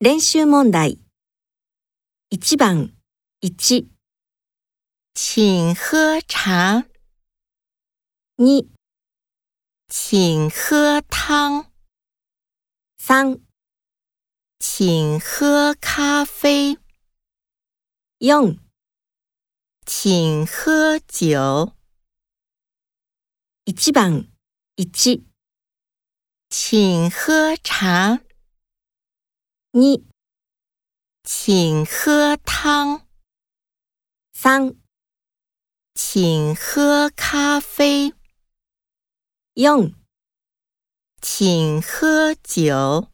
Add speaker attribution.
Speaker 1: 練習問題。1番、1、
Speaker 2: 请喝茶，
Speaker 1: 2、
Speaker 2: 请喝汤，
Speaker 1: 3、
Speaker 2: 请喝咖啡，
Speaker 1: 4。
Speaker 2: 请喝酒，
Speaker 1: 1番、1、
Speaker 2: 请喝茶，
Speaker 1: 2、
Speaker 2: 请喝汤，
Speaker 1: 3、
Speaker 2: 请喝咖啡，
Speaker 1: 4。
Speaker 2: 请喝酒。